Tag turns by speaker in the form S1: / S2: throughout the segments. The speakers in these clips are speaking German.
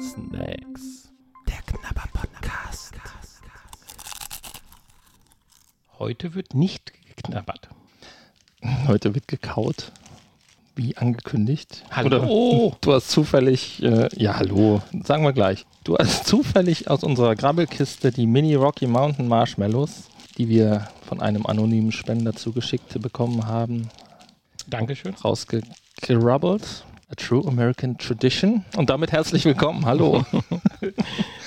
S1: Snacks.
S2: Der Knapper Podcast.
S1: Heute wird nicht geknabbert.
S2: Heute wird gekaut, wie angekündigt.
S1: Hallo.
S2: Oder du hast zufällig, äh, ja hallo, sagen wir gleich. Du hast zufällig aus unserer Grabbelkiste die Mini Rocky Mountain Marshmallows, die wir von einem anonymen Spender zugeschickt bekommen haben,
S1: Dankeschön.
S2: rausgegrabbelt. A true American tradition. Und damit herzlich willkommen. Hallo.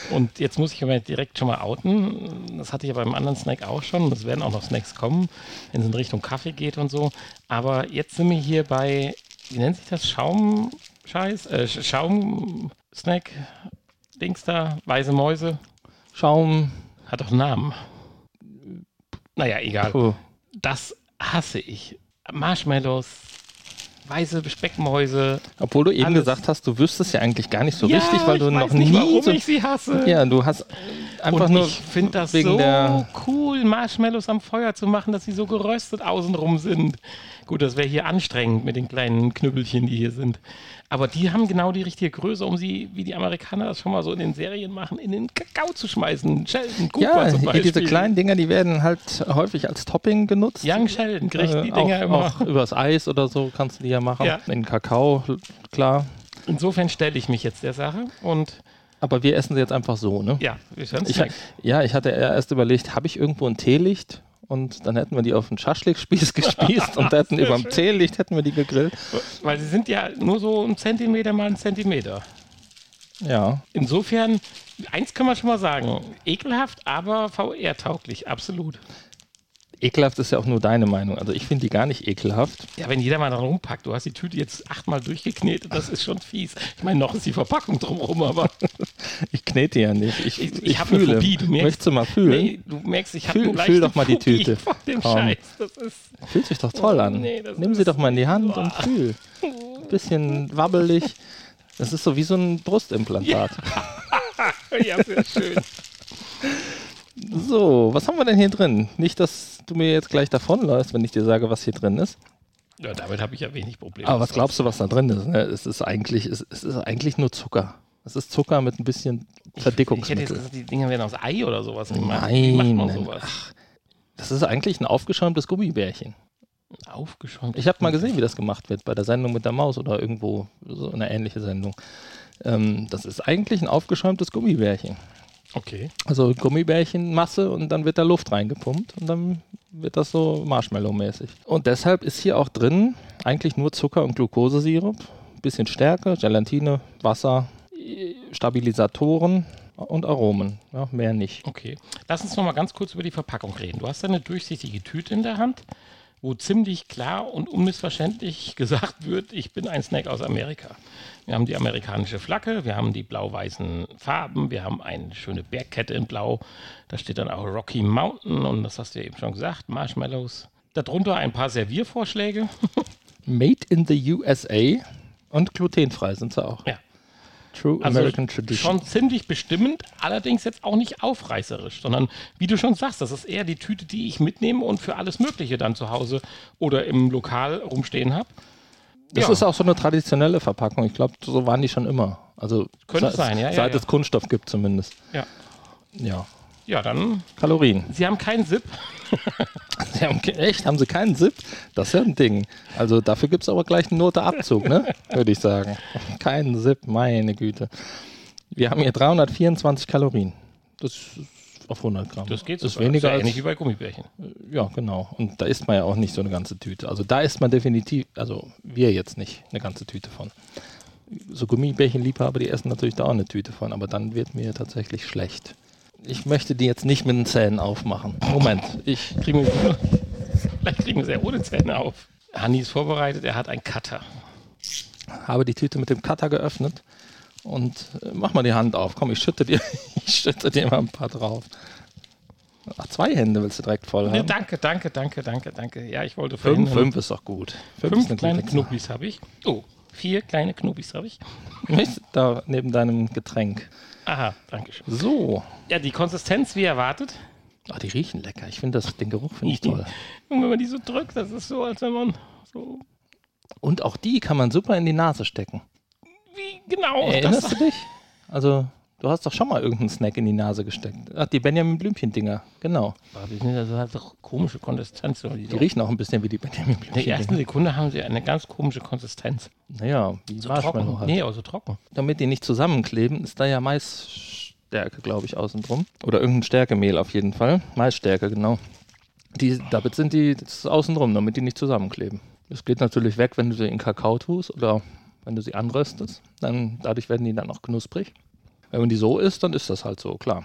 S1: Und jetzt muss ich aber direkt schon mal outen. Das hatte ich aber beim anderen Snack auch schon. Es werden auch noch Snacks kommen, wenn es in Richtung Kaffee geht und so. Aber jetzt sind wir hier bei, wie nennt sich das? Schaum-Scheiß? Äh, Sch- Schaum-Snack? Dings da? Weiße Mäuse?
S2: Schaum.
S1: Hat doch einen Namen. Naja, egal.
S2: Puh.
S1: Das hasse ich. Marshmallows, weiße Speckmäuse.
S2: Obwohl du eben
S1: Alles.
S2: gesagt hast, du wüsstest ja eigentlich gar nicht so
S1: Ja,
S2: richtig, weil du
S1: ich
S2: noch
S1: weiß nicht,
S2: nie
S1: warum
S2: so
S1: ich sie hasse.
S2: Ja, du hast einfach
S1: und
S2: nur
S1: ich finde das
S2: wegen
S1: so
S2: der
S1: cool, Marshmallows am Feuer zu machen, dass sie so geröstet außenrum sind. Gut, das wäre hier anstrengend mit den kleinen Knüppelchen, die hier sind. Aber die haben genau die richtige Größe, um sie, wie die Amerikaner das schon mal so in den Serien machen, in den Kakao zu schmeißen. Sheldon Cooper
S2: ja,
S1: zum
S2: hier
S1: Beispiel.
S2: diese kleinen Dinger, die werden halt häufig als Topping genutzt.
S1: Young Sheldon kriegt die
S2: Äh,
S1: Dinger
S2: auch,
S1: immer.
S2: auch übers Eis oder so kannst du die ja machen.
S1: Ja.
S2: In Kakao, l- klar.
S1: Insofern stelle ich mich jetzt der Sache und
S2: Aber wir essen sie jetzt einfach so, ne?
S1: ja, wir schauen
S2: Ich, ja, ich hatte erst überlegt, habe ich irgendwo ein Teelicht? Und dann hätten wir die auf den Schaschlikspieß gespießt und hätten über dem Teelicht hätten wir die gegrillt.
S1: Weil sie sind ja nur so ein Zentimeter mal ein Zentimeter.
S2: Ja,
S1: Insofern, eins kann man schon mal sagen, ekelhaft, aber VR-tauglich, absolut.
S2: ekelhaft ist ja auch nur deine Meinung. Also ich finde die gar nicht ekelhaft.
S1: Ja, wenn jeder mal dran rumpackt, du hast die Tüte jetzt achtmal durchgeknetet, das ist schon fies. Ich meine, noch ist die Verpackung drumherum, aber
S2: Ich knete ja nicht. Ich,
S1: Ich-
S2: ich,
S1: ich hab eine
S2: fühle.
S1: Phobie, du merkst-
S2: Möchtest du mal fühlen?
S1: nee, du merkst, ich habe
S2: Fühl-
S1: eine leichte
S2: fühl doch mal die
S1: Phobie
S2: Tüte.
S1: Von dem
S2: Komm.
S1: Scheiß, das ist
S2: Fühlt sich doch toll an.
S1: Oh, nee, das
S2: Nimm sie
S1: ist-
S2: doch mal in die Hand und fühl. Ein bisschen wabbelig. Das ist so wie so ein Brustimplantat.
S1: ja sehr schön.
S2: So, was haben wir denn hier drin? Nicht, dass du mir jetzt gleich davonläufst, wenn ich dir sage, was hier drin ist.
S1: Ja, damit habe ich ja wenig Probleme.
S2: Aber was glaubst du, was da drin ist? Ne? Es, ist eigentlich, es, es ist eigentlich nur Zucker. Es ist Zucker mit ein bisschen
S1: Ich hätte jetzt
S2: Verdickungsmittel.
S1: gesagt, die Dinger werden aus Ei oder sowas gemacht. Wie
S2: Nein,
S1: macht man
S2: nein,
S1: sowas?
S2: Das ist eigentlich ein aufgeschäumtes Gummibärchen.
S1: Aufgeschäumt.
S2: Ich habe mal gesehen, wie das gemacht wird bei der Sendung mit der Maus oder irgendwo so eine ähnliche Sendung. Ähm, das ist eigentlich ein aufgeschäumtes Gummibärchen.
S1: Okay.
S2: Also Gummibärchenmasse und dann wird da Luft reingepumpt und dann wird das so Marshmallow-mäßig. Und deshalb ist hier auch drin eigentlich nur Zucker und Glukosesirup, bisschen Stärke, Gelatine, Wasser, äh, Stabilisatoren und Aromen. Ja, mehr nicht.
S1: Okay. Lass uns noch mal ganz kurz über die Verpackung reden. Du hast da eine durchsichtige Tüte in der Hand, wo ziemlich klar und unmissverständlich gesagt wird, ich bin ein Snack aus Amerika. Wir haben die amerikanische Flagge, wir haben die blau-weißen Farben, wir haben eine schöne Bergkette in blau. Da steht dann auch Rocky Mountain und das hast du ja eben schon gesagt, Marshmallows. Darunter ein paar Serviervorschläge.
S2: Made in the USA und glutenfrei sind sie auch.
S1: Ja.
S2: True
S1: Also
S2: American Tradition.
S1: Schon ziemlich bestimmend, allerdings jetzt auch nicht aufreißerisch, sondern wie du schon sagst, das ist eher die Tüte, die ich mitnehme und für alles Mögliche dann zu Hause oder im Lokal rumstehen habe.
S2: Das
S1: Ja.
S2: ist auch so eine traditionelle Verpackung. Ich glaube, so waren die schon immer. Also
S1: Könnte
S2: se-
S1: sein, ja, ja,
S2: Seit
S1: ja.
S2: es Kunststoff gibt zumindest.
S1: Ja.
S2: Ja.
S1: ja, dann,
S2: Kalorien.
S1: sie haben keinen Zip.
S2: Sie haben, ke- echt, haben sie keinen Zip? Das ist ja ein Ding. Also dafür gibt es aber gleich einen Noteabzug, ne? würde ich sagen. Keinen Zip, meine Güte. Wir haben hier 324 Kalorien. Das ist auf 100 Gramm.
S1: Das geht
S2: ist
S1: sogar.
S2: weniger
S1: ja
S2: als,
S1: ähnlich wie bei Gummibärchen.
S2: ja genau. Und da isst man ja auch nicht so eine ganze Tüte. Also da isst man definitiv, also wir jetzt nicht eine ganze Tüte von. So Gummibärchenliebhaber, die essen natürlich da auch eine Tüte von, aber dann wird mir tatsächlich schlecht. Ich möchte die jetzt nicht mit den Zähnen aufmachen. Moment, ich
S1: Kriegen wir, vielleicht kriegen wir es ja ohne Zähne auf. Hanni ist vorbereitet, er hat einen Cutter.
S2: habe die Tüte mit dem Cutter geöffnet und äh, mach mal die Hand auf. Komm, ich schütte dir, ich schütte dir mal ein paar drauf. Ach, zwei Hände willst du direkt voll
S1: Ja,
S2: haben.
S1: danke, danke, danke, danke, danke. Ja, ich wollte
S2: fünf,
S1: verhindern-
S2: fünf ist doch gut.
S1: fünf
S2: ist eine
S1: kleine
S2: gute
S1: Knubbis habe ich. Oh, vier kleine Knubbis habe ich.
S2: Zahl. Nicht da neben deinem Getränk.
S1: Aha, danke schön.
S2: So.
S1: Ja, die Konsistenz wie erwartet.
S2: Ach, die riechen lecker. Ich finde das, den Geruch finde ich toll.
S1: Und wenn man die so drückt, das ist so, als wenn man so.
S2: Und auch die kann man super in die Nase stecken.
S1: irgendwie
S2: Oh,
S1: genau.
S2: Erinnerst du dich? Also, du hast doch schon mal irgendeinen Snack in die Nase gesteckt. Ach, die Benjamin Blümchen-Dinger, genau.
S1: das, die sind also halt so komische Konsistenz. Die
S2: Die riechen auch ein bisschen wie die Benjamin
S1: in der ersten
S2: Blümchen-Dinger.
S1: Sekunde haben sie eine ganz komische Konsistenz.
S2: Naja, wie Marshmallow
S1: trocken.
S2: halt.
S1: Nee, also trocken.
S2: Damit die nicht zusammenkleben, ist da ja Maisstärke, glaube ich, außen drum. Oder irgendein Stärkemehl auf jeden Fall. Maisstärke, genau. Die, damit sind die das ist außen drum, damit die nicht zusammenkleben. Das geht natürlich weg, wenn du sie in Kakao tust oder wenn du sie anröstest. Dann, dadurch werden die dann auch knusprig. Wenn man die so isst, dann ist das halt so, klar.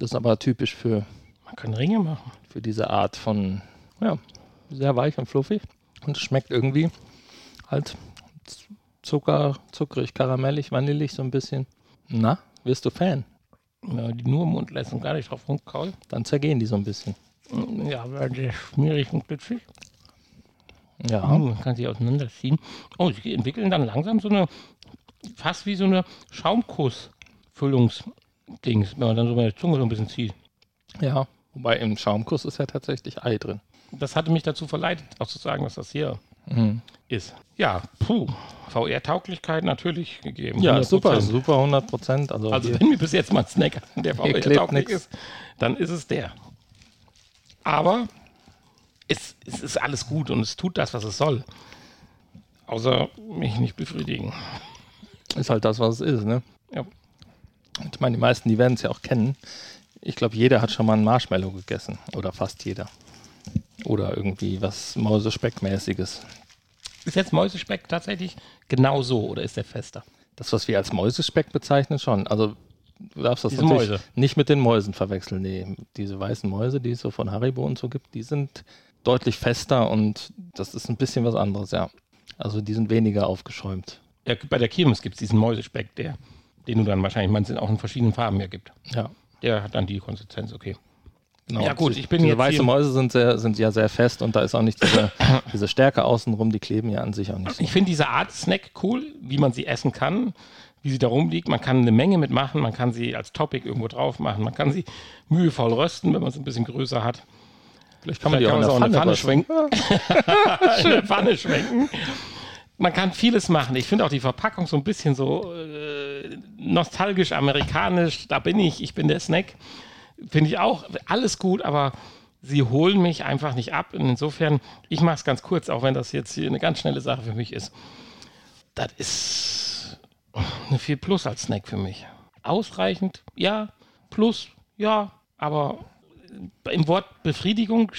S2: Das ist aber typisch für,
S1: Man kann Ringe machen.
S2: für diese Art von, ja, sehr weich und fluffig. Und es schmeckt irgendwie halt z- zucker, zuckrig, karamellig, vanillig so ein bisschen. Na, wirst du Fan?
S1: Ja, die nur im Mund lässt und gar nicht drauf rumkauen. Mm,
S2: Dann zergehen die so ein bisschen.
S1: Ja, werden sehr schmierig und glitschig.
S2: Ja,
S1: Oh, man kann sie auseinanderziehen. Oh, sie entwickeln dann langsam so eine, fast wie so eine Schaumkuss-Füllungsdings, wenn man dann so meine Zunge so ein bisschen zieht.
S2: ja. Wobei im Schaumkuss ist ja tatsächlich Ei drin.
S1: Das hatte mich dazu verleitet, auch zu sagen, dass das hier
S2: Mhm.
S1: ist. Ja, puh, VR-Tauglichkeit natürlich gegeben. 100%.
S2: super, 100 Prozent. Also,
S1: Also
S2: hier-
S1: wenn mir bis jetzt mal ein Snack an der
S2: Hier klebt
S1: VR-tauglich
S2: nix.
S1: ist, dann ist es der. Aber es, es ist alles gut und es tut das, was es soll. Außer mich nicht befriedigen.
S2: ist halt das, was es ist, ne?
S1: Ja.
S2: Ich meine, die meisten, die werden es ja auch kennen. Ich glaube, jeder hat schon mal ein Marshmallow gegessen. Oder fast jeder. Oder irgendwie was Mäusespekmäßiges.
S1: Ist jetzt Mäusespeck tatsächlich genau so oder ist der fester?
S2: Das, was wir als Mäusespeck bezeichnen, schon. Also du darfst das
S1: Diese
S2: natürlich
S1: Mäuse.
S2: nicht mit den Mäusen verwechseln. Nee, diese weißen Mäuse, die es so von Haribo und so gibt, die sind deutlich fester und das ist ein bisschen was anderes, ja. Also die sind weniger aufgeschäumt.
S1: Ja, bei der Kirmes gibt es diesen Mäusespeck, der, den du dann wahrscheinlich meinst, den auch in verschiedenen Farben ja gibt.
S2: Ja.
S1: Der hat dann die Konsistenz, okay.
S2: Genau.
S1: Ja, gut,
S2: Die-
S1: ich bin
S2: diese
S1: jetzt
S2: weiße
S1: hier-
S2: Mäuse sind, sehr, sind ja sehr fest und da ist auch nicht diese, diese Stärke außenrum, die kleben ja an sich auch nicht so.
S1: Ich finde diese Art Snack cool, wie man sie essen kann, wie sie da rumliegt. Man kann eine Menge mitmachen, man kann sie als Topic irgendwo drauf machen, man kann sie mühevoll rösten, wenn man es ein bisschen größer hat.
S2: Vielleicht
S1: Vielleicht kann man sie auch in der Pfanne
S2: rösten.
S1: schwenken. in der Pfanne schwenken. Man kann vieles machen. Ich finde auch die Verpackung so ein bisschen so äh, nostalgisch amerikanisch. Da bin ich, ich bin der Snack. Finde ich auch alles gut, aber sie holen mich einfach nicht ab. Und insofern, ich mache es ganz kurz, auch wenn das jetzt hier eine ganz schnelle Sache für mich ist. Das ist eine 4 Plus als Snack für mich. Ausreichend, ja. Plus, ja. Aber im Wort Befriedigung,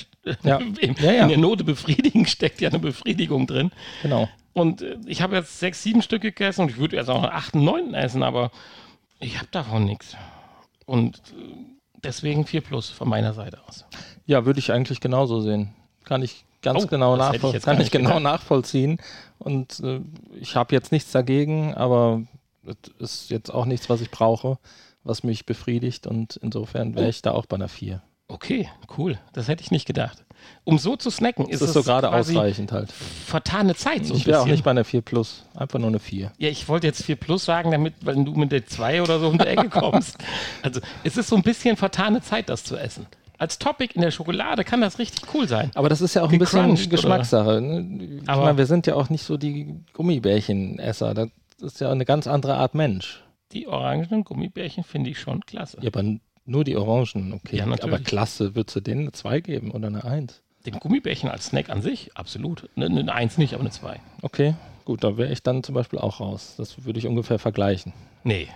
S2: Ja.
S1: im,
S2: Ja, ja.
S1: in der Note befriedigen steckt ja eine Befriedigung drin.
S2: Genau.
S1: Und äh, ich habe jetzt sechs, sieben Stück gegessen und ich würde jetzt auch noch acht, neun essen, aber ich habe davon nichts. Und äh, deswegen 4 plus von meiner Seite aus.
S2: Ja, würde ich eigentlich genauso sehen. Kann ich ganz
S1: Oh,
S2: genau,
S1: das hätte ich
S2: nachvoll
S1: jetzt gar
S2: kann
S1: nicht
S2: ich genau
S1: gedacht.
S2: nachvollziehen. Und äh, ich habe jetzt nichts dagegen, aber es ist jetzt auch nichts, was ich brauche, was mich befriedigt. Und insofern wäre ich da auch bei einer 4.
S1: Okay, cool. Das hätte ich nicht gedacht. Um so zu snacken, ist
S2: Das ist so
S1: es
S2: gerade
S1: quasi
S2: ausreichend halt.
S1: vertane Zeit so ein
S2: Ich wäre auch
S1: bisschen.
S2: nicht bei einer 4 plus, einfach nur eine 4.
S1: Ja, ich wollte jetzt 4 plus sagen, damit, wenn du mit der 2 oder so um die Ecke kommst. Also, es ist so ein bisschen vertane Zeit, das zu essen. Als Topic in der Schokolade kann das richtig cool sein.
S2: Aber das ist ja auch ein bisschen
S1: Gecrunched,
S2: Geschmackssache. Ne? Ich
S1: Aber-
S2: meine, wir sind ja auch nicht so die Gummibärchenesser. Das ist ja eine ganz andere Art Mensch.
S1: Die orangenen Gummibärchen finde ich schon klasse.
S2: Ja, aber n- nur die Orangen, okay.
S1: Ja, natürlich.
S2: aber klasse, würdest du denen eine 2 geben oder eine 1?
S1: Dem Gummibärchen als Snack an sich, absolut. Ne- ne- Eine 1 nicht, aber eine 2.
S2: Okay, gut, da wäre ich dann zum Beispiel auch raus. Das würde ich ungefähr vergleichen.
S1: Nee,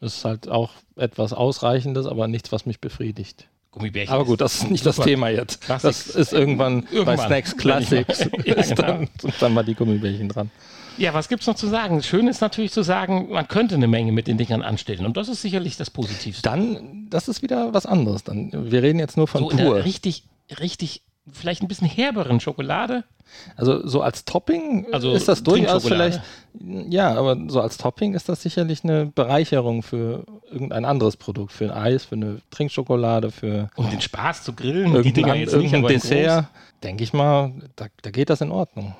S2: Das ist halt auch etwas Ausreichendes, aber nichts, was mich befriedigt.
S1: Gummibärchen.
S2: Aber gut, das ist nicht das
S1: Super.
S2: Thema jetzt.
S1: Classics.
S2: Das ist irgendwann, bei
S1: Irgendwann,
S2: Snacks
S1: wenn ich mal-
S2: Classics.
S1: Ja,
S2: ist
S1: genau.
S2: dann, sind dann mal die Gummibärchen dran.
S1: Ja, was gibt's noch zu sagen? Schön ist natürlich zu sagen, man könnte eine Menge mit den Dingern anstellen. Und das ist sicherlich das Positivste.
S2: Dann, das ist wieder was anderes. Dann, wir reden jetzt nur von
S1: so in
S2: pur.
S1: der richtig, richtig, vielleicht ein bisschen herberen Schokolade.
S2: Also so als Topping äh,
S1: Also
S2: ist das durchaus
S1: Trinkschokolade.
S2: vielleicht, ja, aber so als Topping ist das sicherlich eine Bereicherung für irgendein anderes Produkt, für ein Eis, für eine Trinkschokolade, für
S1: Um den Spaß zu grillen, die Dinger
S2: irgendein,
S1: jetzt nicht,
S2: irgendein
S1: aber im
S2: Dessert. Denke ich mal, da, da geht das in Ordnung.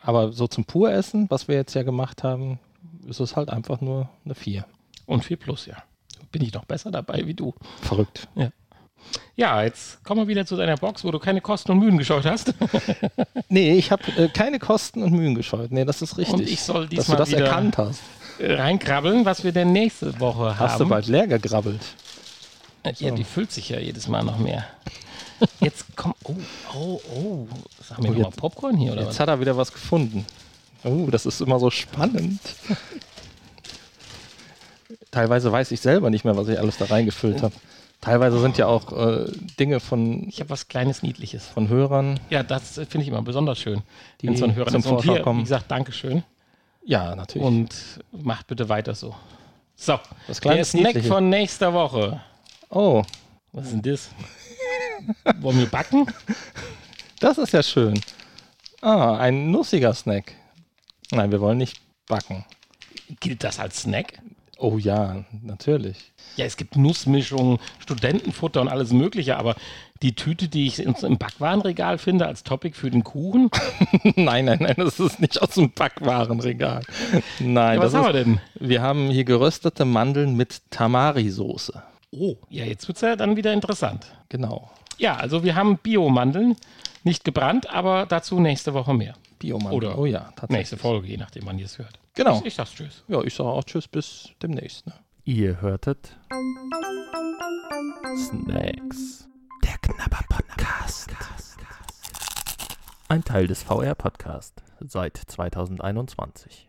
S2: Aber so zum Puressen, was wir jetzt ja gemacht haben, ist es halt einfach nur eine 4.
S1: Und 4 plus, ja. Bin ich noch besser dabei wie du.
S2: Verrückt.
S1: Ja, jetzt kommen wir wieder zu deiner Box, wo du keine Kosten und Mühen gescheut hast.
S2: Nee, ich habe äh, keine Kosten und Mühen gescheut. Nee, das ist richtig.
S1: ich soll
S2: dass du
S1: diesmal
S2: das
S1: wieder-
S2: erkannt hast.
S1: äh, reinkrabbeln, was wir denn nächste Woche
S2: Hast du
S1: haben.
S2: bald leer gegrabbelt?
S1: ja, die füllt sich ja jedes Mal noch mehr. Jetzt kommt. Oh, oh, oh. Sag mir
S2: Oh,
S1: oh, mal
S2: jetzt-
S1: Popcorn hier, oder
S2: Jetzt hat er wieder was gefunden. Oh, das ist immer so spannend. Teilweise weiß ich selber nicht mehr, was ich alles da reingefüllt habe. Teilweise sind ja auch äh, Dinge von,
S1: was? Ich habe was Kleines, Niedliches.
S2: von Hörern.
S1: Ja, das äh, finde ich immer besonders schön.
S2: Die
S1: wenn so ein Hörer
S2: zum
S1: ist. Und
S2: Vorschau
S1: hier,
S2: kommen.
S1: Wie gesagt, Dankeschön.
S2: Ja, natürlich.
S1: Und macht bitte weiter so. So,
S2: Das kleine
S1: der Snack
S2: Niedliche.
S1: von nächster Woche.
S2: oh,
S1: Was ist denn das? Wollen wir backen?
S2: das ist ja schön. Ah, ein nussiger Snack. Nein, wir wollen nicht backen.
S1: Gilt das als Snack?
S2: Oh ja, natürlich.
S1: Ja, es gibt Nussmischungen, Studentenfutter und alles Mögliche, aber die Tüte, die ich ins- im Backwarenregal finde, als Topic für den Kuchen,
S2: nein, nein, nein, das ist nicht aus dem Backwarenregal. Nein,
S1: Ja, was
S2: das
S1: haben wir
S2: ist,
S1: denn?
S2: Wir haben hier geröstete Mandeln mit Tamari-Soße.
S1: Oh, ja, jetzt wird es ja dann wieder interessant.
S2: Genau.
S1: Ja, also wir haben Bio-Mandeln, nicht gebrannt, aber dazu nächste Woche mehr.
S2: Biomandeln.
S1: Oder
S2: oh ja, tatsächlich.
S1: Nächste Folge, je nachdem, wann ihr es hört.
S2: Genau.
S1: Ich, ich sag's tschüss.
S2: Ja, ich sage auch Tschüss, bis demnächst. Ne?
S3: Ihr hörtet Snacks. Der Knabber Podcast. Ein Teil des VR Podcast seit 2021.